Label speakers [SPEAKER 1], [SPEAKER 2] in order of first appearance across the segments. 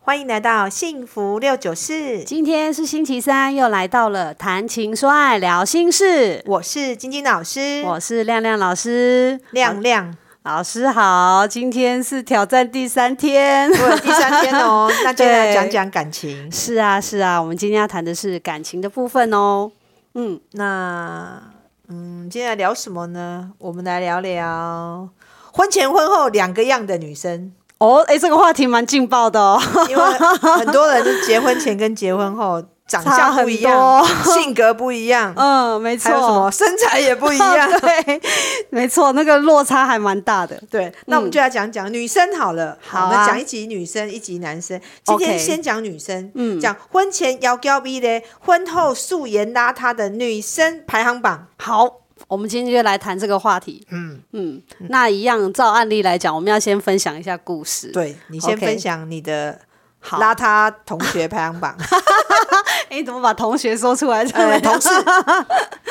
[SPEAKER 1] 欢迎来到幸福六九四，
[SPEAKER 2] 今天是星期三，又来到了谈情说爱聊心事。
[SPEAKER 1] 我是晶晶老师，
[SPEAKER 2] 我是亮亮老师，
[SPEAKER 1] 亮亮，
[SPEAKER 2] 老师好。今天是挑战第三天，
[SPEAKER 1] 我有第三天哦，那就来
[SPEAKER 2] 对
[SPEAKER 1] 讲讲感情。
[SPEAKER 2] 是啊是啊，我们今天要谈的是感情的部分哦。嗯，
[SPEAKER 1] 那嗯，今天来聊什么呢？我们来聊聊婚前婚后两个样的女生，
[SPEAKER 2] 哦，哎，这个话题蛮劲爆的哦。
[SPEAKER 1] 因为很多人是结婚前跟结婚后长
[SPEAKER 2] 差
[SPEAKER 1] 相
[SPEAKER 2] 很
[SPEAKER 1] 不一样
[SPEAKER 2] 多，
[SPEAKER 1] 性格不一 样，
[SPEAKER 2] 嗯，没错。
[SPEAKER 1] 还有什么身材也不一样。
[SPEAKER 2] 对，没错，那个落差还蛮大的。
[SPEAKER 1] 对，那我们就来讲讲女生嗯好了。
[SPEAKER 2] 好啊
[SPEAKER 1] 我们讲一集女生，一集男生。今天
[SPEAKER 2] OK
[SPEAKER 1] 先讲女生，嗯，讲婚前摇娇逼的，婚后素颜邋遢的女生排行榜。
[SPEAKER 2] 好，我们今天就来谈这个话题。
[SPEAKER 1] 嗯
[SPEAKER 2] 嗯，那一样照案例来讲，我们要先分享一下故事。
[SPEAKER 1] 对你先
[SPEAKER 2] OK
[SPEAKER 1] 分享你的
[SPEAKER 2] 好，
[SPEAKER 1] 邋遢同学排行 榜，
[SPEAKER 2] 哎，怎么把同学说出来？
[SPEAKER 1] 呃，同 事、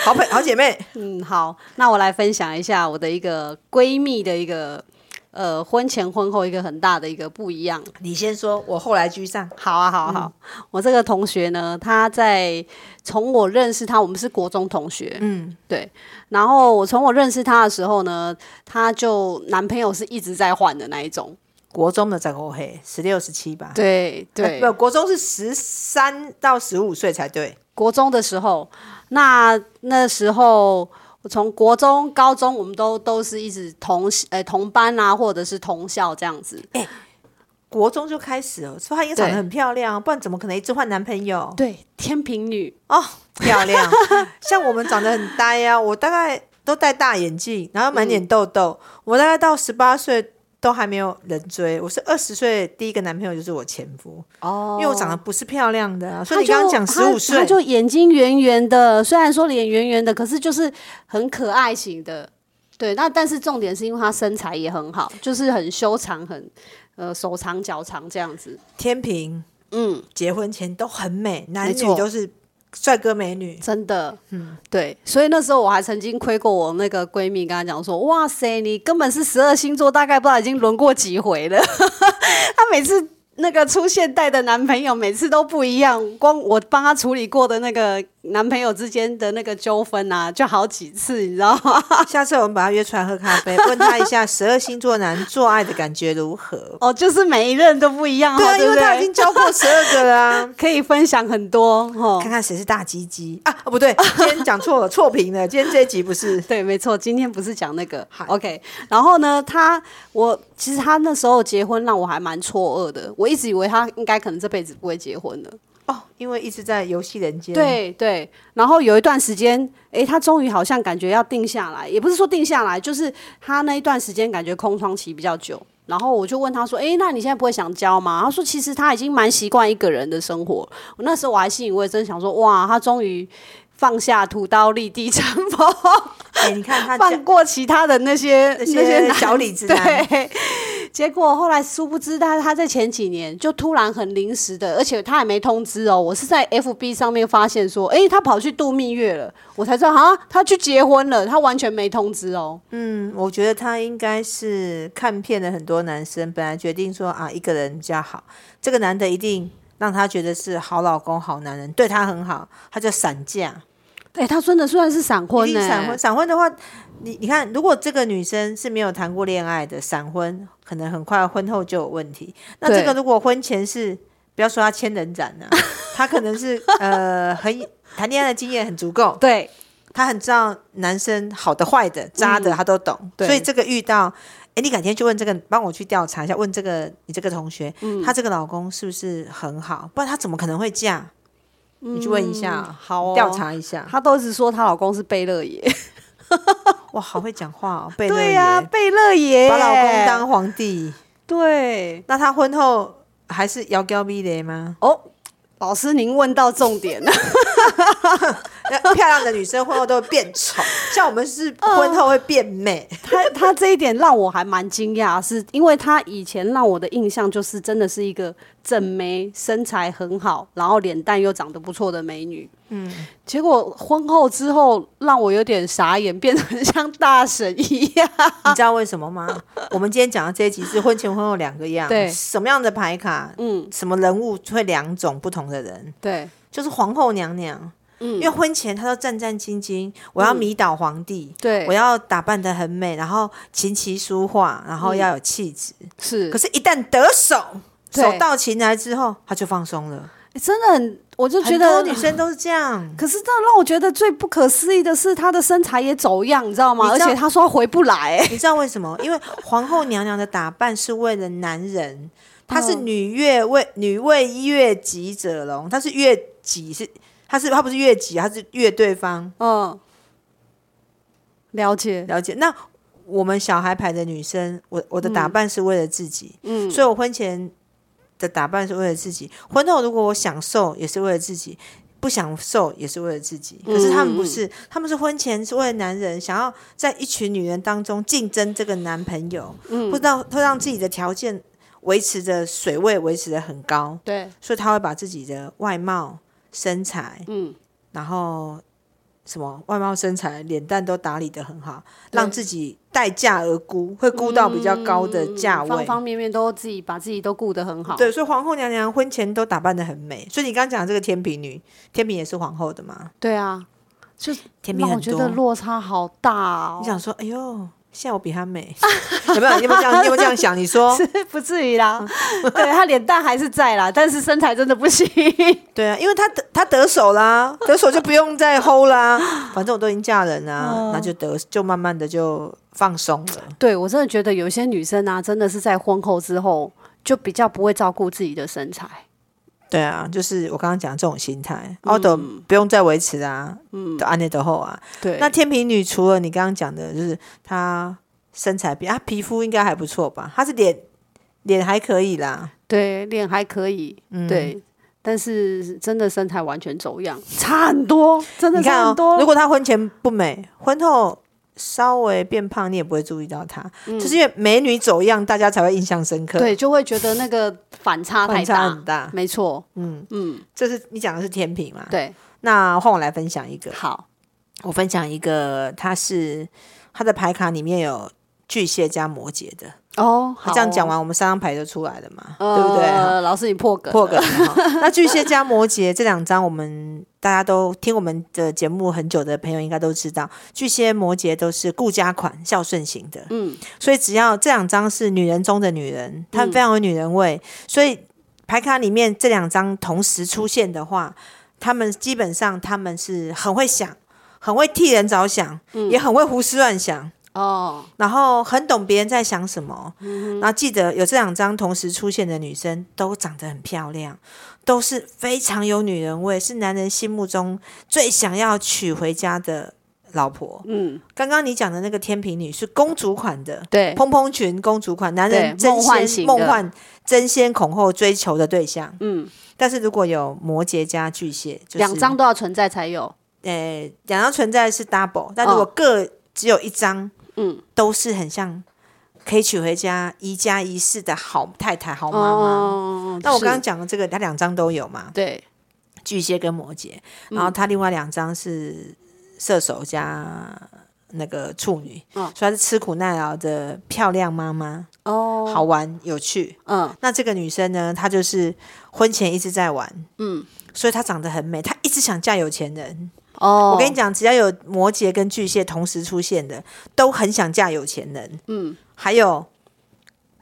[SPEAKER 1] 好朋、好姐妹，
[SPEAKER 2] 嗯，好，那我来分享一下我的一个闺蜜的一个呃婚前婚后一个很大的一个不一样。
[SPEAKER 1] 你先说，我后来居上。
[SPEAKER 2] 好啊，好啊好，我这个同学呢，她在从我认识她，我们是国中同学，
[SPEAKER 1] 嗯，
[SPEAKER 2] 对。然后我从我认识她的时候呢，她就男朋友是一直在换的那一种，
[SPEAKER 1] 国中的长头黑，十六、十七吧。
[SPEAKER 2] 对对
[SPEAKER 1] 呃不，国中是十三到十五岁才对。
[SPEAKER 2] 国中的时候，那那时候我从国中、高中，我们都都是一直同呃同班啊，或者是同校这样子。
[SPEAKER 1] 国中就开始了，说她应该长得
[SPEAKER 2] 对
[SPEAKER 1] 很漂亮，不然怎么可能一直换男朋友？
[SPEAKER 2] 对，天平女，
[SPEAKER 1] 哦，漂亮！ 像我们长得很呆呀、啊，我大概都戴大眼镜，然后满脸痘痘。我大概到十八岁都还没有人追，我是二十岁第一个男朋友就是我前夫，
[SPEAKER 2] 哦
[SPEAKER 1] 因为我长得不是漂亮的、啊，所以
[SPEAKER 2] 她
[SPEAKER 1] 你刚刚
[SPEAKER 2] 就
[SPEAKER 1] 讲
[SPEAKER 2] 她
[SPEAKER 1] 十五
[SPEAKER 2] 她
[SPEAKER 1] 岁，
[SPEAKER 2] 就眼睛圆圆的，虽然说脸圆圆的，可是就是很可爱型的。对，那但是重点是因为她身材也很好，就是很修长，很呃手长脚长这样子。
[SPEAKER 1] 天平
[SPEAKER 2] 嗯，
[SPEAKER 1] 结婚前都很美，男
[SPEAKER 2] 没
[SPEAKER 1] 女
[SPEAKER 2] 错
[SPEAKER 1] 都是帅哥美 女。
[SPEAKER 2] 真的，嗯，对，所以那时候我还曾经亏过我那个闺蜜，跟她讲说，哇塞，你根本是十二星座，大概不知道已经轮过几回了。 她每次那个出现带的男朋友，每次都不一样，光我帮她处理过的那个男朋友之间的那个纠纷啊，就好几次，你知道吗？？
[SPEAKER 1] 下次我们把他约出来喝咖啡，问他一下十二星座男做爱的感觉如何
[SPEAKER 2] 哦，就是每一任都不一样哦，
[SPEAKER 1] 对啊，
[SPEAKER 2] 对
[SPEAKER 1] 因
[SPEAKER 2] 不
[SPEAKER 1] 为他已
[SPEAKER 2] 对？
[SPEAKER 1] 经交过十二个了、 啊。
[SPEAKER 2] 可以分享很多哦
[SPEAKER 1] 看。看谁是大鸡鸡啊？哦不对，今天讲错了，错评 了。今天这一集不是
[SPEAKER 2] 对，没错，今天不是讲那个
[SPEAKER 1] 好
[SPEAKER 2] ，OK。然后呢，他我其实他那时候结婚让我还蛮错愕的，我一直以为他应该可能这辈子不会结婚了。
[SPEAKER 1] 哦，因为一直在游戏人间。，
[SPEAKER 2] 对对，然后有一段时间，诶，他终于好像感觉要定下来，也不是说定下来，就是他那一段时间感觉空窗期比较久。然后我就问他说：“诶，那你现在不会想交吗？”他说：“其实他已经蛮习惯一个人的生活。”我那时候我还信以为真，想说：“哇，他终于放下屠刀立地 成佛。”
[SPEAKER 1] 哎、你看他讲
[SPEAKER 2] 放过其他的啊那些
[SPEAKER 1] 那些
[SPEAKER 2] 男
[SPEAKER 1] 小李子男
[SPEAKER 2] 对，结果后来殊不知他他在前几年就突然很临时的，而且他也没通知哦。我是在 FB 上面发现说，诶，他跑去度蜜月了，我才知道啊，他去结婚了，他完全没通知哦。
[SPEAKER 1] 嗯，我觉得他应该是看遍了很多男生，本来决定说啊，一个人比较好，这个男的一定让他觉得是好老公、好男人，对他很好，他就散架。
[SPEAKER 2] 诶，他真的虽然是闪婚欸
[SPEAKER 1] 一
[SPEAKER 2] 呢、
[SPEAKER 1] 定闪婚，闪婚的话，你你看，如果这个女生是没有谈过恋爱的，闪婚可能很快婚后就有问题。那这
[SPEAKER 2] 对
[SPEAKER 1] 个如果婚前是，不要说她千人斩了、她可能是呃很谈恋爱的经验很足够，
[SPEAKER 2] 对，
[SPEAKER 1] 她很知道男生好的坏的、渣的，她都懂。
[SPEAKER 2] 对
[SPEAKER 1] 所以这个遇到，哎，你改天去问这个，帮我去调查一下，问这个你这个同学，她这个老公是不是很好？不然她怎么可能会嫁？你去问一下
[SPEAKER 2] 嗯，好哦
[SPEAKER 1] 调查一下。
[SPEAKER 2] 她都一直说她老公是贝勒爷，
[SPEAKER 1] 哇，好会讲话 哦，贝勒
[SPEAKER 2] 对
[SPEAKER 1] 爷，
[SPEAKER 2] 呀、贝勒爷，
[SPEAKER 1] 把老公当皇帝，
[SPEAKER 2] 对。
[SPEAKER 1] 那他婚后还是摇高逼雷吗？
[SPEAKER 2] 哦，老师您问到重点了。
[SPEAKER 1] 那漂亮的女生婚后都会变丑，像我们是婚后会变美。
[SPEAKER 2] 他他这一点让我还蛮惊讶，是因为他以前让我的印象就是真的是一个正妹，身材很好，然后脸蛋又长得不错的美女。嗯，结果婚后之后，让我有点傻眼，变成像大神一样。
[SPEAKER 1] 你知道为什么吗？我们今天讲的这一集是婚前婚后两个样，
[SPEAKER 2] 对
[SPEAKER 1] 什么样的牌卡，
[SPEAKER 2] 嗯，
[SPEAKER 1] 什么人物会两种不同的人，
[SPEAKER 2] 对，
[SPEAKER 1] 就是皇后娘娘。因为婚前她都战战兢兢，我要迷倒皇帝，
[SPEAKER 2] 对
[SPEAKER 1] 我要打扮的很美，然后琴棋书画，然后要有气质。
[SPEAKER 2] 是
[SPEAKER 1] 可，是，一旦得手，
[SPEAKER 2] 对
[SPEAKER 1] 手到擒来之后，她就放松了。
[SPEAKER 2] 欸真的很，我就觉
[SPEAKER 1] 很多
[SPEAKER 2] 得
[SPEAKER 1] 女生都是这样，
[SPEAKER 2] 可是这让我觉得最不可思议的是，她的身材也走样，你知道吗？
[SPEAKER 1] 你知道
[SPEAKER 2] 而且她说她回不来、欸
[SPEAKER 1] 你知道为什么？因为皇后娘娘的打扮是为了男人，她是
[SPEAKER 2] 嗯
[SPEAKER 1] 女乐为女为悦己者容，她是悦己是。她是她不是悦己，她是悦对方。
[SPEAKER 2] 嗯，了解，
[SPEAKER 1] 了解。那我们小孩牌的女生，我我的打扮是为了自己，
[SPEAKER 2] 嗯，
[SPEAKER 1] 所以我婚前的打扮是为了自己，婚后如果我享受也是为了自己，不享受也是为了自己。可是他们不是，他们是婚前是为了男人，想要在一群女人当中竞争这个男朋友，嗯，会让会让自己的条件维持着水位维持的很高，
[SPEAKER 2] 对，
[SPEAKER 1] 所以他会把自己的外貌、身材，
[SPEAKER 2] 嗯，
[SPEAKER 1] 然后什么外貌、身材、脸蛋都打理的很好，
[SPEAKER 2] 对
[SPEAKER 1] 让自己待价而沽，会沽到比较高的价
[SPEAKER 2] 嗯方
[SPEAKER 1] 位。
[SPEAKER 2] 方面面都自己把自己都顾得很好。
[SPEAKER 1] 对，所以皇后娘娘婚前都打扮的很美。所以你刚刚讲的这个天平女，天平也是皇后的嘛？
[SPEAKER 2] 对啊，就是
[SPEAKER 1] 天平
[SPEAKER 2] 让我
[SPEAKER 1] 很
[SPEAKER 2] 觉得
[SPEAKER 1] 多。
[SPEAKER 2] 落差好大哦
[SPEAKER 1] 你，想说，哎呦，现在我比她 美，有没有？你有没有这样？你有没有这样想？你说，
[SPEAKER 2] 是 不至于啦，
[SPEAKER 1] 嗯
[SPEAKER 2] 对她脸蛋还是在啦，但是身材真的不 行。
[SPEAKER 1] 对啊，因为她得她得手啦，得手就不用再 hold 啦。反正我都已经嫁人
[SPEAKER 2] 哦
[SPEAKER 1] 啦，那就得就慢慢的就放松了。
[SPEAKER 2] 对我真的觉得有一些女生啊，真的是在婚后之后就比较不会照顾自己的身材。
[SPEAKER 1] 对啊，就是我刚刚讲的这种心态，
[SPEAKER 2] 嗯
[SPEAKER 1] 哦，都不用再维持啊，都安内的后啊。
[SPEAKER 2] 对，
[SPEAKER 1] 那天平女除了你刚刚讲的，就是她身材比她啊皮肤应该还不错吧？她是脸脸还可以啦，
[SPEAKER 2] 对，脸还可以，
[SPEAKER 1] 嗯
[SPEAKER 2] 对，但是真的身材完全走样，差很多，真的
[SPEAKER 1] 你
[SPEAKER 2] 差
[SPEAKER 1] 看
[SPEAKER 2] 很
[SPEAKER 1] 哦
[SPEAKER 2] 多。，
[SPEAKER 1] 如果她婚前不美，婚后稍微变胖，你也不会注意到她，就是因为美女走样，大家才会印象深刻，，
[SPEAKER 2] 嗯对，就会觉得那个反差太
[SPEAKER 1] 反差
[SPEAKER 2] 大
[SPEAKER 1] 很，大。啊
[SPEAKER 2] 没错，
[SPEAKER 1] 嗯，
[SPEAKER 2] 嗯，
[SPEAKER 1] 这是你讲的是天平嘛？
[SPEAKER 2] 对，
[SPEAKER 1] 那换我来分享一个，
[SPEAKER 2] 好，
[SPEAKER 1] 我分享一个，它是它的牌卡里面有巨蟹加摩羯的。
[SPEAKER 2] 哦，好
[SPEAKER 1] 这样讲
[SPEAKER 2] 哦，
[SPEAKER 1] 完，我们三张牌就出来了嘛，
[SPEAKER 2] 呃
[SPEAKER 1] 对不对？好
[SPEAKER 2] 老师，你破梗，
[SPEAKER 1] 破梗了哈。那巨蟹加摩羯这两张，我们大家都听我们的节目很久的朋友应该都知道，巨蟹、摩羯都是顾家款、孝顺型的。
[SPEAKER 2] 嗯，
[SPEAKER 1] 所以只要这两张是女人中的女人，她们非常有女人味，所以牌卡里面这两张同时出现的话，她们基本上她们是很会想，很会替人着想，也很会胡思乱想。
[SPEAKER 2] 哦，
[SPEAKER 1] 然后很懂别人在想什么，
[SPEAKER 2] 嗯
[SPEAKER 1] 然后记得有这两张同时出现的女生都长得很漂亮，都是非常有女人味，是男人心目中最想要娶回家的老婆。
[SPEAKER 2] 嗯，
[SPEAKER 1] 刚刚你讲的那个天平女是公主款的，
[SPEAKER 2] 对，
[SPEAKER 1] 蓬蓬裙公主款，男人
[SPEAKER 2] 对
[SPEAKER 1] 争
[SPEAKER 2] 梦幻型
[SPEAKER 1] 先
[SPEAKER 2] 的
[SPEAKER 1] 梦幻争先恐后追求的对象。
[SPEAKER 2] 嗯，
[SPEAKER 1] 但是如果有摩羯加巨蟹，就是、
[SPEAKER 2] 两张都要存在才有，
[SPEAKER 1] 呃，两张存在是 double，但如果各只有一张，
[SPEAKER 2] 哦嗯，
[SPEAKER 1] 都是很像可以娶回家一加一世的好太太、好妈妈。
[SPEAKER 2] 哦，
[SPEAKER 1] 那我
[SPEAKER 2] 是
[SPEAKER 1] 刚刚讲的这个，它两张都有嘛，
[SPEAKER 2] 对，
[SPEAKER 1] 巨蟹跟摩羯，
[SPEAKER 2] 嗯
[SPEAKER 1] 然后它另外两张是射手加那个处女，
[SPEAKER 2] 嗯
[SPEAKER 1] 所以她是吃苦耐劳的漂亮妈妈，
[SPEAKER 2] 哦，
[SPEAKER 1] 好玩有趣。
[SPEAKER 2] 嗯，
[SPEAKER 1] 那这个女生呢，她就是婚前一直在玩，嗯，所以她长得很美，她一直想嫁有钱人。
[SPEAKER 2] 哦，
[SPEAKER 1] 我跟你讲，只要有摩羯跟巨蟹同时出现的，都很想嫁有钱人。
[SPEAKER 2] 嗯，
[SPEAKER 1] 还有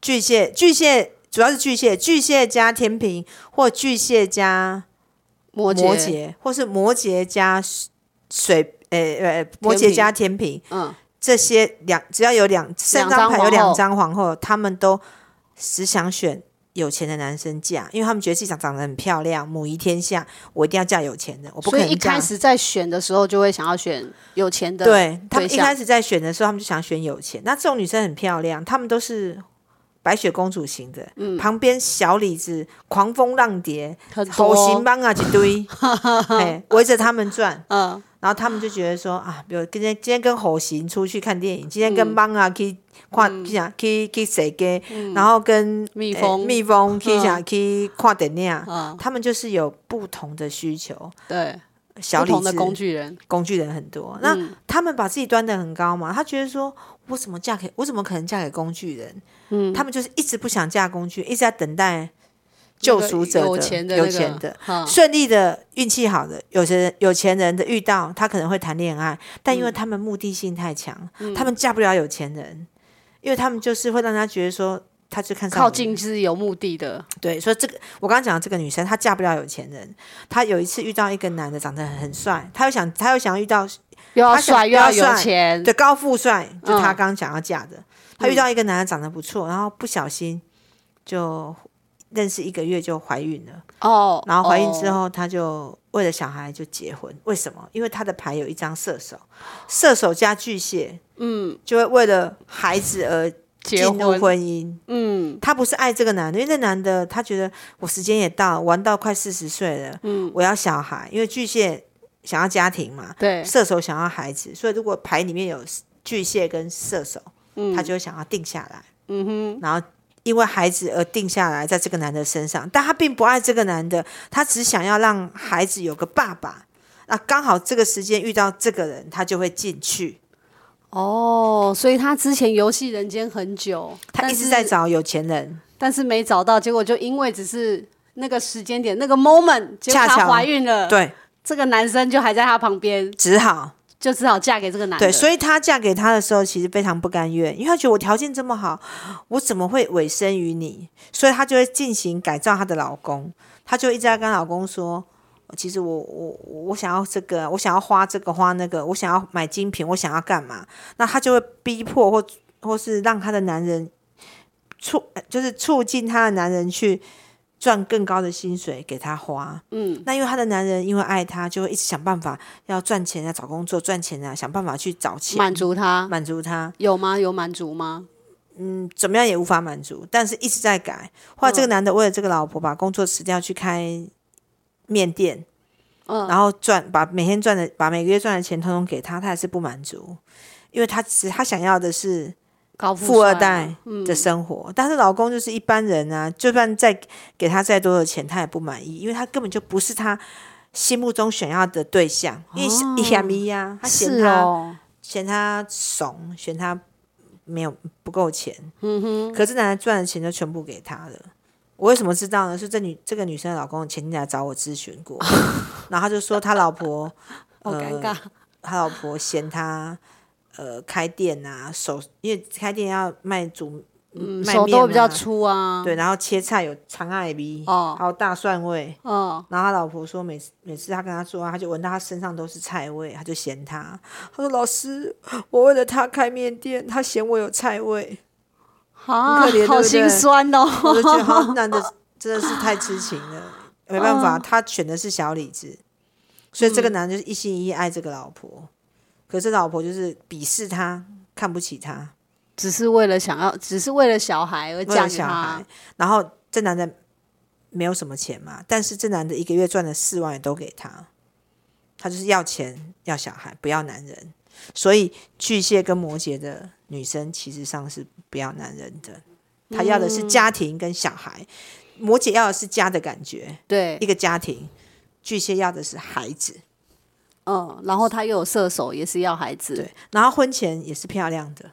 [SPEAKER 1] 巨蟹，巨蟹主要是巨蟹，巨蟹加天平，或巨蟹加
[SPEAKER 2] 摩
[SPEAKER 1] 摩
[SPEAKER 2] 羯，
[SPEAKER 1] 羯，或是摩羯加水，呃呃，摩羯加天平，
[SPEAKER 2] 嗯，
[SPEAKER 1] 这些两只要有两三
[SPEAKER 2] 两张
[SPEAKER 1] 张牌
[SPEAKER 2] 皇后
[SPEAKER 1] 有两张皇后，他们都只想选。有钱的男生嫁，因为他们觉得自己长长得很漂亮，母仪天下，我一定要嫁有钱人，我不可
[SPEAKER 2] 所
[SPEAKER 1] 能
[SPEAKER 2] 以一
[SPEAKER 1] 嫁
[SPEAKER 2] 开始在选的时候就会想要选有钱的，
[SPEAKER 1] 对他们
[SPEAKER 2] 对
[SPEAKER 1] 一
[SPEAKER 2] 象
[SPEAKER 1] 开始在选的时候，他们就想选有钱。那这种女生很漂亮，她们都是白雪公主型的，
[SPEAKER 2] 嗯
[SPEAKER 1] 旁边小李子狂风浪蝶，
[SPEAKER 2] 很多
[SPEAKER 1] 猴形帮啊一堆，哎，围着他们转。
[SPEAKER 2] 嗯，
[SPEAKER 1] 然后他们就觉得说啊，比如今天今天跟吼行出去看
[SPEAKER 2] 嗯
[SPEAKER 1] 电影，今天跟芒啊去看去啥去去谁给，然后跟
[SPEAKER 2] 嗯蜜
[SPEAKER 1] 呃
[SPEAKER 2] 蜂
[SPEAKER 1] 蜜蜂去啥去看电影，
[SPEAKER 2] 嗯，
[SPEAKER 1] 他们就是有不同的需求，
[SPEAKER 2] 对，
[SPEAKER 1] 小
[SPEAKER 2] 不
[SPEAKER 1] 李
[SPEAKER 2] 同
[SPEAKER 1] 子
[SPEAKER 2] 的工具人，
[SPEAKER 1] 工具人很多，
[SPEAKER 2] 嗯
[SPEAKER 1] 那他们把自己端得很高嘛，他觉得说我怎么嫁给我怎么可能嫁给工具人？
[SPEAKER 2] 嗯，
[SPEAKER 1] 他们就是一直不想嫁工具，一直在等待救赎者的
[SPEAKER 2] 有钱的那
[SPEAKER 1] 有
[SPEAKER 2] 个
[SPEAKER 1] 钱的。
[SPEAKER 2] 嗯
[SPEAKER 1] 顺利的、运气好的，有钱人有钱人的遇到，他可能会谈恋爱，但
[SPEAKER 2] 嗯
[SPEAKER 1] 因为他们目的性太强，他们嫁不了有钱人，因为他们就是会让他觉得说，他就看上
[SPEAKER 2] 靠
[SPEAKER 1] 你
[SPEAKER 2] 近是有目的的，
[SPEAKER 1] 对，所以这个我刚刚讲的这个女生，她嫁不了有钱人，她有一次遇到一个男的长得很帅，她又想她又想遇到
[SPEAKER 2] 又要
[SPEAKER 1] 他想
[SPEAKER 2] 帅又要
[SPEAKER 1] 又要
[SPEAKER 2] 有
[SPEAKER 1] 帅
[SPEAKER 2] 钱，
[SPEAKER 1] 对高富帅，就她
[SPEAKER 2] 嗯
[SPEAKER 1] 刚刚讲要嫁的，她遇到一个男的长得不错，然后不小心就认识一个月就怀孕了。
[SPEAKER 2] 哦，
[SPEAKER 1] 然后怀孕之
[SPEAKER 2] 哦，
[SPEAKER 1] 后，她就为了小孩就结婚。为什么？因为她的牌有一张射手，射手加巨蟹，嗯，就会为了孩子而进
[SPEAKER 2] 结
[SPEAKER 1] 入
[SPEAKER 2] 婚，
[SPEAKER 1] 婚姻。
[SPEAKER 2] 嗯，
[SPEAKER 1] 她不是爱这个男的，因为那男的她觉得我时间也到了，玩到快四十岁了，嗯，我要小孩，因为巨蟹想要家庭嘛，
[SPEAKER 2] 对，
[SPEAKER 1] 射手想要孩子，所以如果牌里面有巨蟹跟射手，
[SPEAKER 2] 嗯
[SPEAKER 1] 她就会想要定下来。
[SPEAKER 2] 嗯哼，
[SPEAKER 1] 然后因为孩子而定下来在这个男的身上，但他并不爱这个男的，他只想要让孩子有个爸爸。那刚好这个时间遇到这个人，他就会进去。
[SPEAKER 2] 哦，所以他之前游戏人间很久，
[SPEAKER 1] 他
[SPEAKER 2] 但
[SPEAKER 1] 一直
[SPEAKER 2] 是
[SPEAKER 1] 在找有钱人，
[SPEAKER 2] 但是没找到，结果就因为只是那个时间点那个 moment，结果
[SPEAKER 1] 恰
[SPEAKER 2] 她
[SPEAKER 1] 巧
[SPEAKER 2] 怀孕了，，
[SPEAKER 1] 对，
[SPEAKER 2] 这个男生就还在她旁边，
[SPEAKER 1] 只好
[SPEAKER 2] 就只好嫁给这个男的，
[SPEAKER 1] 对，所以她嫁给他的时候，其实非常不甘愿，因为她觉得我条件这么好，我怎么会委身于你？所以她就会进行改造她的老公，她就一直在跟老公说。其实我我我想要这个，我想要花这个花那个，我想要买精品，我想要干嘛？那她就会逼迫或或是让她的男人促，就是促进她的男人去赚更高的薪水给她花。
[SPEAKER 2] 嗯，
[SPEAKER 1] 那因为她的男人因为爱她，就会一直想办法要赚钱啊，找工作赚钱啊，想办法去找钱
[SPEAKER 2] 满足他
[SPEAKER 1] 满足她。
[SPEAKER 2] 有吗？有满足吗？
[SPEAKER 1] 嗯，怎么样也无法满足，但是一直在改。后
[SPEAKER 2] 嗯
[SPEAKER 1] 来这个男的为了这个老婆，把工作辞掉去开面店，
[SPEAKER 2] 嗯
[SPEAKER 1] 然后赚把每天赚的把每个月赚的钱通通给她，她还是不满足，因为她只她想要的是
[SPEAKER 2] 高富
[SPEAKER 1] 富二
[SPEAKER 2] 帅
[SPEAKER 1] 代
[SPEAKER 2] 嗯
[SPEAKER 1] 的生活，但是老公就是一般人啊，就算再给他再多的钱，他也不满意，因为他根本就不是他心目中想要的对象，因
[SPEAKER 2] 哦
[SPEAKER 1] 为一嫌一呀，啊他嫌
[SPEAKER 2] 是
[SPEAKER 1] 他、
[SPEAKER 2] 哦，
[SPEAKER 1] 嫌他怂，嫌他没有不够钱，嗯哼，可是男人赚的钱就全部给他了。我为什么知道呢？是这女这个女生的老公前天来找我咨询 过，然后他就说他老婆
[SPEAKER 2] 好
[SPEAKER 1] 呃
[SPEAKER 2] 尴尬，
[SPEAKER 1] 他老婆嫌他呃开店啊，手因为开店要卖煮、
[SPEAKER 2] 嗯
[SPEAKER 1] 卖
[SPEAKER 2] 手
[SPEAKER 1] 面、
[SPEAKER 2] 都
[SPEAKER 1] 啊、
[SPEAKER 2] 比较粗啊，
[SPEAKER 1] 对，然后切菜有长艾米，
[SPEAKER 2] 哦
[SPEAKER 1] 还有大蒜味。
[SPEAKER 2] 嗯，
[SPEAKER 1] 然后他老婆说每次每次他跟他做啊，他就闻到他身上都是菜味，他就嫌他。他说老师，我为了他开面店，他嫌我有菜味，
[SPEAKER 2] 啊，
[SPEAKER 1] 很可怜
[SPEAKER 2] 好
[SPEAKER 1] 对不对
[SPEAKER 2] 心酸哦，
[SPEAKER 1] 我就觉得他男的真的是太痴情了，没办法，他选的是小李子，所以这个男的就是一心一意爱这个老婆，可是老婆就是鄙视他，看不起他，
[SPEAKER 2] 只是为了想要，只是为了小孩而
[SPEAKER 1] 为了
[SPEAKER 2] 嫁给
[SPEAKER 1] 小孩
[SPEAKER 2] 他，，
[SPEAKER 1] 然后这男的没有什么钱嘛，但是这男的一个月赚了四万也都给他，他就是要钱要小孩，不要男人。所以巨蟹跟摩羯的女生其实上是不要男人的，她要的
[SPEAKER 2] 嗯
[SPEAKER 1] 是家庭跟小孩，摩羯要的是家的感觉，
[SPEAKER 2] 对
[SPEAKER 1] 一，个家庭。巨蟹要的是孩子，
[SPEAKER 2] 嗯，然后他又有射手，也是要孩子，
[SPEAKER 1] 对，然后婚前也是漂亮的，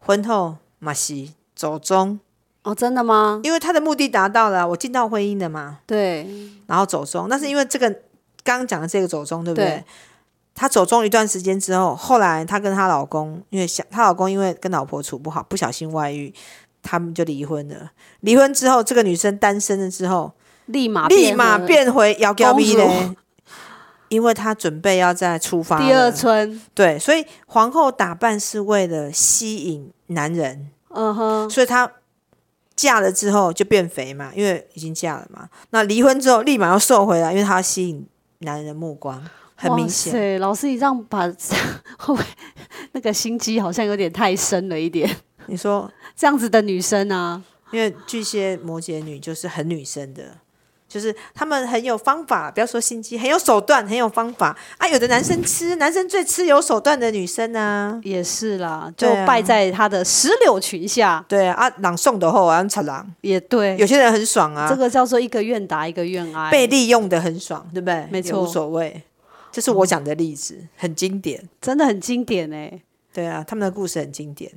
[SPEAKER 1] 婚后马西走中，
[SPEAKER 2] 哦，真的吗？
[SPEAKER 1] 因为他的目的达到了，我进到婚姻了嘛，
[SPEAKER 2] 对，
[SPEAKER 1] 然后走中，但是因为这个刚刚讲的这个走中，对不对？
[SPEAKER 2] 对
[SPEAKER 1] 她走中一段时间之后，后来她跟她老公，因为想她老公因为跟老婆处不好，不小心外遇，他们就离婚了。离婚之后，这个女生单身了之后，
[SPEAKER 2] 立马
[SPEAKER 1] 立马
[SPEAKER 2] 和
[SPEAKER 1] 变回摇摇咪
[SPEAKER 2] 公
[SPEAKER 1] 嘞，因为她准备要再出发了
[SPEAKER 2] 第二春，
[SPEAKER 1] 对，所以皇后打扮是为了吸引男人，
[SPEAKER 2] 嗯哼，
[SPEAKER 1] 所以她嫁了之后就变肥嘛，因为已经嫁了嘛。那离婚之后立马又瘦回来，因为她要吸引男人的目光，很明显。
[SPEAKER 2] 对，老师，你这样把 会不会那个心机好像有点太深了一点？
[SPEAKER 1] 你说，
[SPEAKER 2] 这样子的女生啊，
[SPEAKER 1] 因为巨蟹摩羯女就是很女生的，就是他们很有方法，不要说心机，很有手段，很有方法啊。有的男生吃，男生最吃有手段的女生啊。
[SPEAKER 2] 也是啦，就
[SPEAKER 1] 对啊
[SPEAKER 2] 败在他的石榴裙下，
[SPEAKER 1] 对啊，啊朗诵的后啊，很惨狼，
[SPEAKER 2] 也对，
[SPEAKER 1] 有些人很爽啊，
[SPEAKER 2] 这个叫做一个愿打一个愿挨，
[SPEAKER 1] 被利用的很爽，对不对？
[SPEAKER 2] 没
[SPEAKER 1] 也
[SPEAKER 2] 错嗯
[SPEAKER 1] 无所谓。这是我讲的例子，很经典。
[SPEAKER 2] 真的很经典哎、
[SPEAKER 1] 对啊，他们的故事很经典。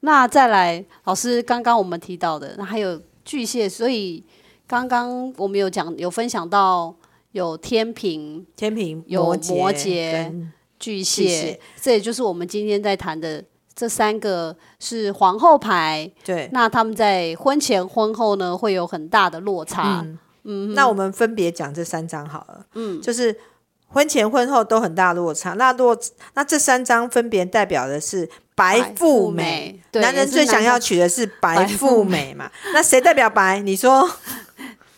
[SPEAKER 2] 那再来，老师刚刚我们提到的，那还有巨蟹，所以刚刚我们有讲有分享到有天平、
[SPEAKER 1] 天平、
[SPEAKER 2] 有
[SPEAKER 1] 羯、
[SPEAKER 2] 摩羯
[SPEAKER 1] 跟
[SPEAKER 2] 巨蟹，
[SPEAKER 1] 巨蟹
[SPEAKER 2] 这也就是我们今天在谈的这三个是皇后牌。
[SPEAKER 1] 对。
[SPEAKER 2] 那他们在婚前婚后呢，会有很大的落差。
[SPEAKER 1] 嗯那我们分别讲这三张好了。嗯，就是婚前婚后都很大落差。那落那这三张分别代表的是白富美。，
[SPEAKER 2] 对
[SPEAKER 1] 男人
[SPEAKER 2] 也是
[SPEAKER 1] 最想要
[SPEAKER 2] 人
[SPEAKER 1] 娶的是白
[SPEAKER 2] 白富
[SPEAKER 1] 富美嘛？那谁代表白？你 说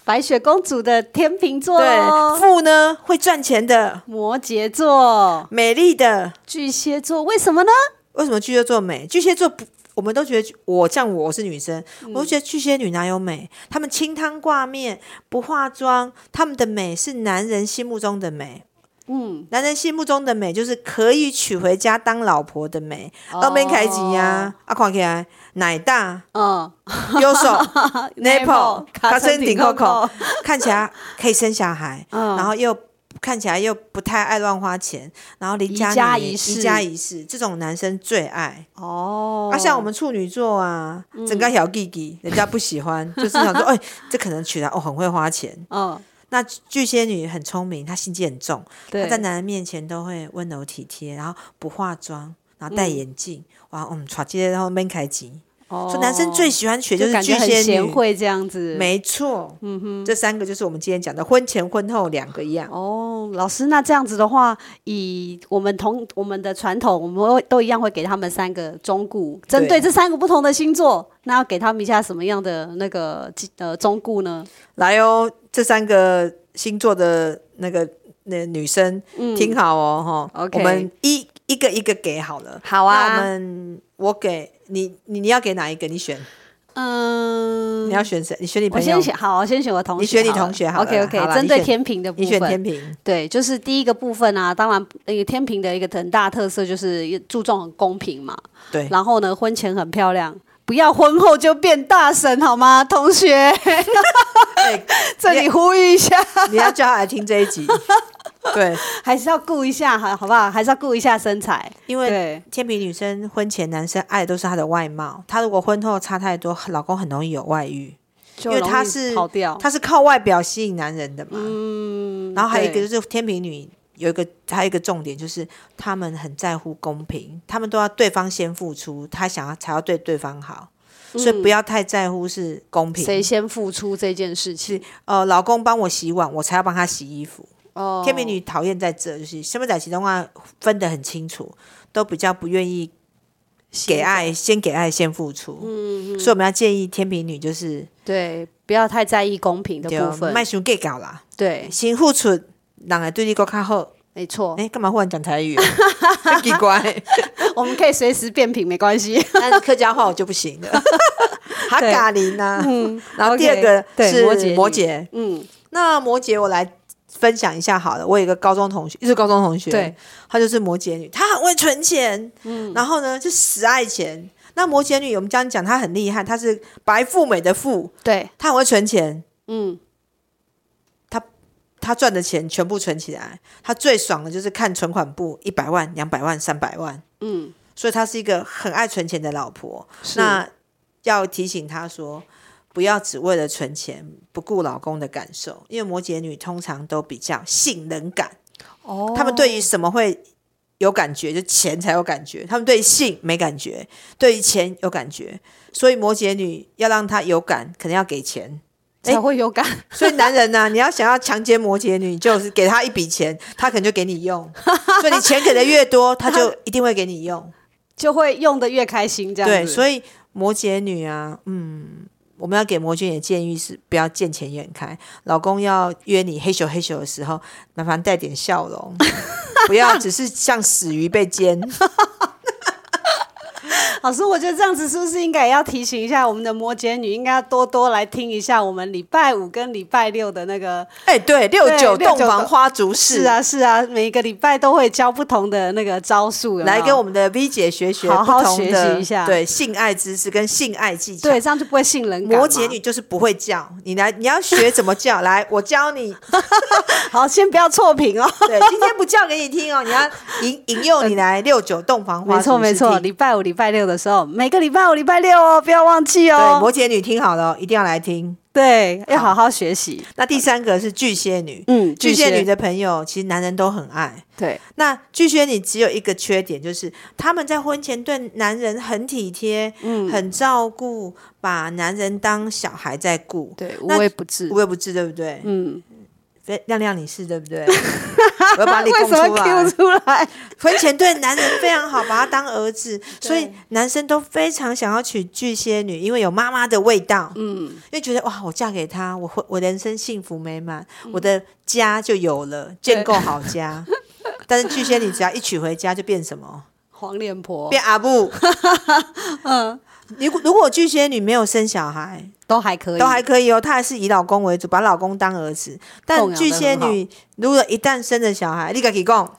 [SPEAKER 2] 白雪公主的天秤
[SPEAKER 1] 哦
[SPEAKER 2] 座咯，
[SPEAKER 1] 对，富呢会赚钱的，
[SPEAKER 2] 摩羯座、
[SPEAKER 1] 美丽的。
[SPEAKER 2] 巨蟹座，为什么呢？
[SPEAKER 1] 为什么巨蟹座美？巨蟹座不，我们都觉得我像我我是女生，
[SPEAKER 2] 嗯
[SPEAKER 1] 我都觉得巨蟹女哪有美？她们清汤挂面，不化妆，她们的美是男人心目中的美。嗯，男人心目中的美就是可以娶回家当老婆的美，
[SPEAKER 2] 哦
[SPEAKER 1] 澳门开吉呀，啊，看起来奶 大、
[SPEAKER 2] 嗯
[SPEAKER 1] 优手，Naples，
[SPEAKER 2] 卡
[SPEAKER 1] 卡
[SPEAKER 2] 森
[SPEAKER 1] 森
[SPEAKER 2] 顶
[SPEAKER 1] 顶扣
[SPEAKER 2] 扣扣
[SPEAKER 1] 扣，看起来可以生小孩，
[SPEAKER 2] 嗯
[SPEAKER 1] 然后又看起来又不太爱乱花钱，然后邻
[SPEAKER 2] 宜家
[SPEAKER 1] 家女
[SPEAKER 2] 宜室
[SPEAKER 1] 宜家宜室，这种男生最爱。
[SPEAKER 2] 哦，嗯
[SPEAKER 1] 啊，像我们处女座啊，整个小弟弟，人家不喜 欢，就是想说，哎、这可能娶来哦，很会花钱。
[SPEAKER 2] 嗯，
[SPEAKER 1] 那巨蟹女很聪明，她心机很重，她
[SPEAKER 2] 对，
[SPEAKER 1] 在男人面前都会温柔体贴，然后不化妆，然后戴眼镜，哇，嗯，耍街然后闷开机。
[SPEAKER 2] 嗯哦
[SPEAKER 1] 所以男生最喜欢娶
[SPEAKER 2] 就是感
[SPEAKER 1] 巨
[SPEAKER 2] 觉很
[SPEAKER 1] 蟹
[SPEAKER 2] 贤
[SPEAKER 1] 女，
[SPEAKER 2] 惠这样子。
[SPEAKER 1] 没错。嗯哼，这三个就是我们今天讲的婚前婚后两个一样。
[SPEAKER 2] 哦，老师，那这样子的话，以我们同我们的传统，我们会都一样会给他们三个忠固，针对
[SPEAKER 1] 对
[SPEAKER 2] 这三个不同的星座，那要给他们一下什么样的那个呃忠固呢？
[SPEAKER 1] 来哦，这三个星座的那个那女生、听好哦，哈
[SPEAKER 2] 嗯 OK
[SPEAKER 1] 我们一一个一个给好了。
[SPEAKER 2] 好
[SPEAKER 1] 那我
[SPEAKER 2] 啊，
[SPEAKER 1] 们我给你，你你要给哪一个？你选，
[SPEAKER 2] 嗯
[SPEAKER 1] 你，要选谁？你选你
[SPEAKER 2] 我
[SPEAKER 1] 朋友，
[SPEAKER 2] 先选好，我先选我同学，
[SPEAKER 1] 你选你同学好了
[SPEAKER 2] OK
[SPEAKER 1] 好
[SPEAKER 2] OK，
[SPEAKER 1] 啦
[SPEAKER 2] 针
[SPEAKER 1] 你
[SPEAKER 2] 对
[SPEAKER 1] 选
[SPEAKER 2] 天平的部
[SPEAKER 1] 你选
[SPEAKER 2] 分，
[SPEAKER 1] 天平，
[SPEAKER 2] 对，就是第一个部分啊，当然，呃，天平的一个很大特色就是注重很公平嘛。
[SPEAKER 1] 对，
[SPEAKER 2] 然后呢，婚前很漂亮，不要婚后就变大神好吗，同学？
[SPEAKER 1] 哎
[SPEAKER 2] 这里呼吁一下，
[SPEAKER 1] 你要叫他来听这一集。对，
[SPEAKER 2] 还是要顾一下，好好不好？还是要顾一下身材，
[SPEAKER 1] 因为
[SPEAKER 2] 对，
[SPEAKER 1] 天平女生婚前男生爱的都是她的外貌，她如果婚后差太多，老公很容易有外遇。
[SPEAKER 2] 就
[SPEAKER 1] 因为
[SPEAKER 2] 容
[SPEAKER 1] 他
[SPEAKER 2] 易
[SPEAKER 1] 是
[SPEAKER 2] 跑掉，
[SPEAKER 1] 她是靠外表吸引男人的嘛。
[SPEAKER 2] 嗯
[SPEAKER 1] 然后还有一个
[SPEAKER 2] 对
[SPEAKER 1] 就是天平女有一个还有一个重点就是他们很在乎公平，他们都要对方先付出，他想要才要对对方好，所以不要太在乎是公平。
[SPEAKER 2] 嗯谁先付出这件事情？
[SPEAKER 1] 呃，老公帮我洗碗，我才要帮他洗衣服。
[SPEAKER 2] 哦，
[SPEAKER 1] 天平女讨厌在这，就是什么在其中啊分得很清楚，都比较不愿意给爱，先给爱先付出。嗯所以我们要建议天平女就是
[SPEAKER 2] 对，不要太在意公平的
[SPEAKER 1] 对
[SPEAKER 2] 部分
[SPEAKER 1] 卖，熊 gay 搞啦，
[SPEAKER 2] 对，
[SPEAKER 1] 先付出，人会对你够较 好。
[SPEAKER 2] 没错，
[SPEAKER 1] 哎，干嘛忽然讲台语、 啊？真奇怪。
[SPEAKER 2] 我们可以随时变平，没关系。
[SPEAKER 1] 但是客家话我就不行 了，哈嘎林呐。
[SPEAKER 2] 嗯
[SPEAKER 1] 然后第二
[SPEAKER 2] OK，
[SPEAKER 1] 个
[SPEAKER 2] 对
[SPEAKER 1] 是
[SPEAKER 2] 摩羯女
[SPEAKER 1] 嗯摩羯，
[SPEAKER 2] 嗯，
[SPEAKER 1] 那摩羯我来分享一下好了。我有一个高中同学，一个高中同学，
[SPEAKER 2] 对，
[SPEAKER 1] 她就是摩羯女，她很会存钱，然后呢就死爱钱。那摩羯女，我们这样讲，她很厉害，她是白富美的富，
[SPEAKER 2] 对，
[SPEAKER 1] 她很会存钱，
[SPEAKER 2] 嗯。
[SPEAKER 1] 她赚的钱全部存起来。她最爽的就是看存款簿，一百万、两百万、三百万，
[SPEAKER 2] 嗯，
[SPEAKER 1] 所以她是一个很爱存钱的老婆。
[SPEAKER 2] 是
[SPEAKER 1] 那要提醒她说，不要只为了存钱不顾老公的感受，因为摩羯女通常都比较性冷感，
[SPEAKER 2] 哦
[SPEAKER 1] 她们对于什么会有感觉，就钱才有感觉；她们对于性没感觉，对于钱有感觉。所以摩羯女要让她有感，可能要给钱。
[SPEAKER 2] 才会有感，
[SPEAKER 1] 所以男人呢、你要想要强奸摩羯女，就是给她一笔钱，她可能就给你 用。所以你钱给的越多，她就一定会给你用。
[SPEAKER 2] 就会用的越开心这样
[SPEAKER 1] 对，
[SPEAKER 2] 子。
[SPEAKER 1] 所以摩羯女啊，嗯，我们要给摩羯女的建议是不要见钱眼开，老公要约你嘿咻嘿咻的时候，麻烦带点笑 容，不要只是像死鱼被煎。
[SPEAKER 2] 老师，我觉得这样子是不是应该也要提醒一下我们的摩羯女，应该要多多来听一下我们礼拜五跟礼拜六的那个。
[SPEAKER 1] 哎、对，六
[SPEAKER 2] 对
[SPEAKER 1] 九
[SPEAKER 2] 六
[SPEAKER 1] 洞
[SPEAKER 2] 九
[SPEAKER 1] 房
[SPEAKER 2] 洞
[SPEAKER 1] 花烛事
[SPEAKER 2] 是，啊，是啊，每个礼拜都会教不同的那个招数，有没有
[SPEAKER 1] 来跟我们的 V 姐学啊学
[SPEAKER 2] 好好
[SPEAKER 1] 不同
[SPEAKER 2] 学
[SPEAKER 1] 的
[SPEAKER 2] 习一下
[SPEAKER 1] 对性爱知识跟性爱技巧。
[SPEAKER 2] 对，这样就不会信任感嘛。
[SPEAKER 1] 摩羯女就是不会叫你来，你要学怎么 叫，来我教你。
[SPEAKER 2] 好，先不要错评 哦。
[SPEAKER 1] 对，今天不叫给你听哦，你要引引诱你来六九洞房花
[SPEAKER 2] 没错
[SPEAKER 1] 烛
[SPEAKER 2] 没
[SPEAKER 1] 事
[SPEAKER 2] 错，
[SPEAKER 1] 听
[SPEAKER 2] 礼拜五、礼拜六的时候，每个礼拜五、礼拜六哦，不要忘记
[SPEAKER 1] 对，
[SPEAKER 2] 哦。
[SPEAKER 1] 摩羯女听好了哦，一定要来听。
[SPEAKER 2] 对，要
[SPEAKER 1] 好
[SPEAKER 2] 好好学习。
[SPEAKER 1] 那第三个是巨蟹女，
[SPEAKER 2] 嗯，
[SPEAKER 1] 巨蟹女的朋友其实男人都很爱。
[SPEAKER 2] 对
[SPEAKER 1] 那巨蟹女只有一个缺点，就是他们在婚前对男人很体贴，
[SPEAKER 2] 嗯
[SPEAKER 1] 很照顾，把男人当小孩在顾，
[SPEAKER 2] 对，无
[SPEAKER 1] 那
[SPEAKER 2] 微不至
[SPEAKER 1] 无。微不至，对不 对？
[SPEAKER 2] 嗯，
[SPEAKER 1] 非亮亮你是对不 对？我要把你
[SPEAKER 2] 为
[SPEAKER 1] 供
[SPEAKER 2] 什
[SPEAKER 1] 出
[SPEAKER 2] 么
[SPEAKER 1] 来
[SPEAKER 2] Q。出 来？
[SPEAKER 1] 婚前对男人非常好，把他当儿 子，所以男生都非常想要娶巨蟹女，因为有妈妈的味道。嗯，因为觉得哇，我嫁给他，我会我人生幸福美满，
[SPEAKER 2] 嗯
[SPEAKER 1] 我的家就有了，建构好家。但是巨蟹女只要一娶回家，就变什 么？
[SPEAKER 2] 黄脸婆
[SPEAKER 1] 变阿布。
[SPEAKER 2] 嗯，
[SPEAKER 1] 如果如果巨蟹女没有生小孩，
[SPEAKER 2] 都还可以，
[SPEAKER 1] 都还可以哦，她还是以老公为主，把老公当儿子。但
[SPEAKER 2] 供养得
[SPEAKER 1] 巨蟹
[SPEAKER 2] 很好
[SPEAKER 1] 女如果一旦生了小孩，你敢提供？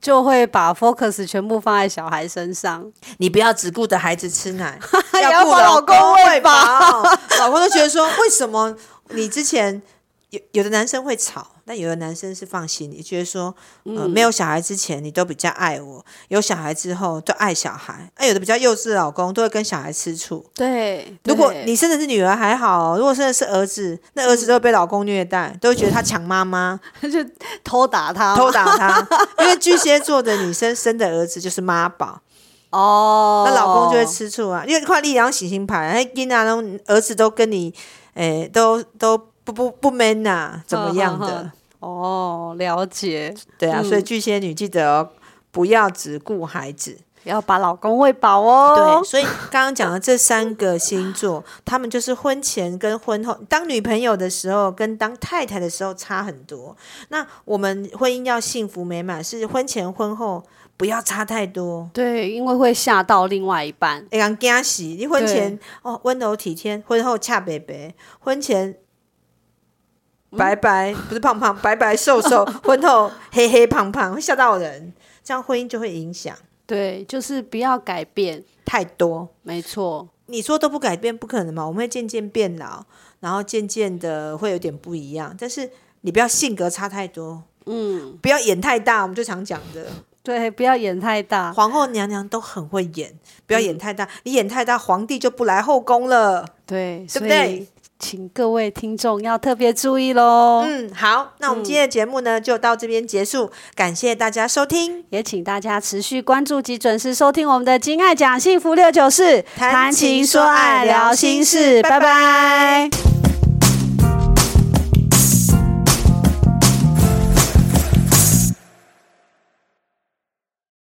[SPEAKER 2] 就会把 focus 全部放在小孩身上。，
[SPEAKER 1] 你不要只顾着孩子吃 奶
[SPEAKER 2] 也要
[SPEAKER 1] 顾
[SPEAKER 2] 把老公喂
[SPEAKER 1] 饱。 老公都觉得说，为什么你之前有有的男生会吵，但有的男生是放心里，觉得说，呃，没有小孩之前你都比较爱我，有小孩之后都爱小孩。那、有的比较幼稚的老公都会跟小孩吃醋。
[SPEAKER 2] 对，
[SPEAKER 1] 如果你生的是女儿还好哦，如果生的是儿子，那儿子都会被老公虐待，都会觉得他抢妈妈，
[SPEAKER 2] 就偷打他嘛，
[SPEAKER 1] 偷打 他。因为巨蟹座的女生生的儿子就是妈宝，
[SPEAKER 2] 哦，
[SPEAKER 1] 那老公就会吃醋啊，因为看力量行星牌，那囡仔都儿子都跟你，诶、都都不不不 man 呐、怎么样的？
[SPEAKER 2] 哼哼哼嗯哦，了解，
[SPEAKER 1] 对啊，
[SPEAKER 2] 嗯
[SPEAKER 1] 所以巨蟹女记得哦、不要只顾孩子。
[SPEAKER 2] 要把老公喂饱哦
[SPEAKER 1] 对，。所以刚刚讲的这三个星座，他们就是婚前跟婚后，当女朋友的时候跟当太太的时候差很多。那我们婚姻要幸福美满，是婚前婚后不要差太多。
[SPEAKER 2] 对，因为会吓到另外一半。
[SPEAKER 1] 会人惊死。你婚前哦温柔体贴，婚后恰北北，婚前
[SPEAKER 2] 嗯
[SPEAKER 1] 白白、不是胖胖，白白瘦 瘦，婚后黑黑胖胖，会吓到人。这样婚姻就会影响
[SPEAKER 2] 对，就是不要改变，
[SPEAKER 1] 太多。
[SPEAKER 2] 没错。
[SPEAKER 1] 你说都不改变，不可能嘛？我们会渐渐变老，然后渐渐的会有点不一样。但是你不要性格差太多，嗯，不要演太大，我们就常讲的。
[SPEAKER 2] 对，不要演太大。
[SPEAKER 1] 皇后娘娘都很会演，不要
[SPEAKER 2] 嗯
[SPEAKER 1] 演太大，你演太大，皇帝就不来后宫了。
[SPEAKER 2] 对，
[SPEAKER 1] 对
[SPEAKER 2] 所
[SPEAKER 1] 不
[SPEAKER 2] 以
[SPEAKER 1] 对
[SPEAKER 2] 请各位听众要特别注意喽。
[SPEAKER 1] 嗯，好，那我们今天的节目呢、就到这边结束，感谢大家收听，
[SPEAKER 2] 也请大家持续关注及准时收听我们的《金爱讲幸福六九四》，
[SPEAKER 1] 谈情说爱聊心事
[SPEAKER 2] 拜
[SPEAKER 1] 拜
[SPEAKER 2] 拜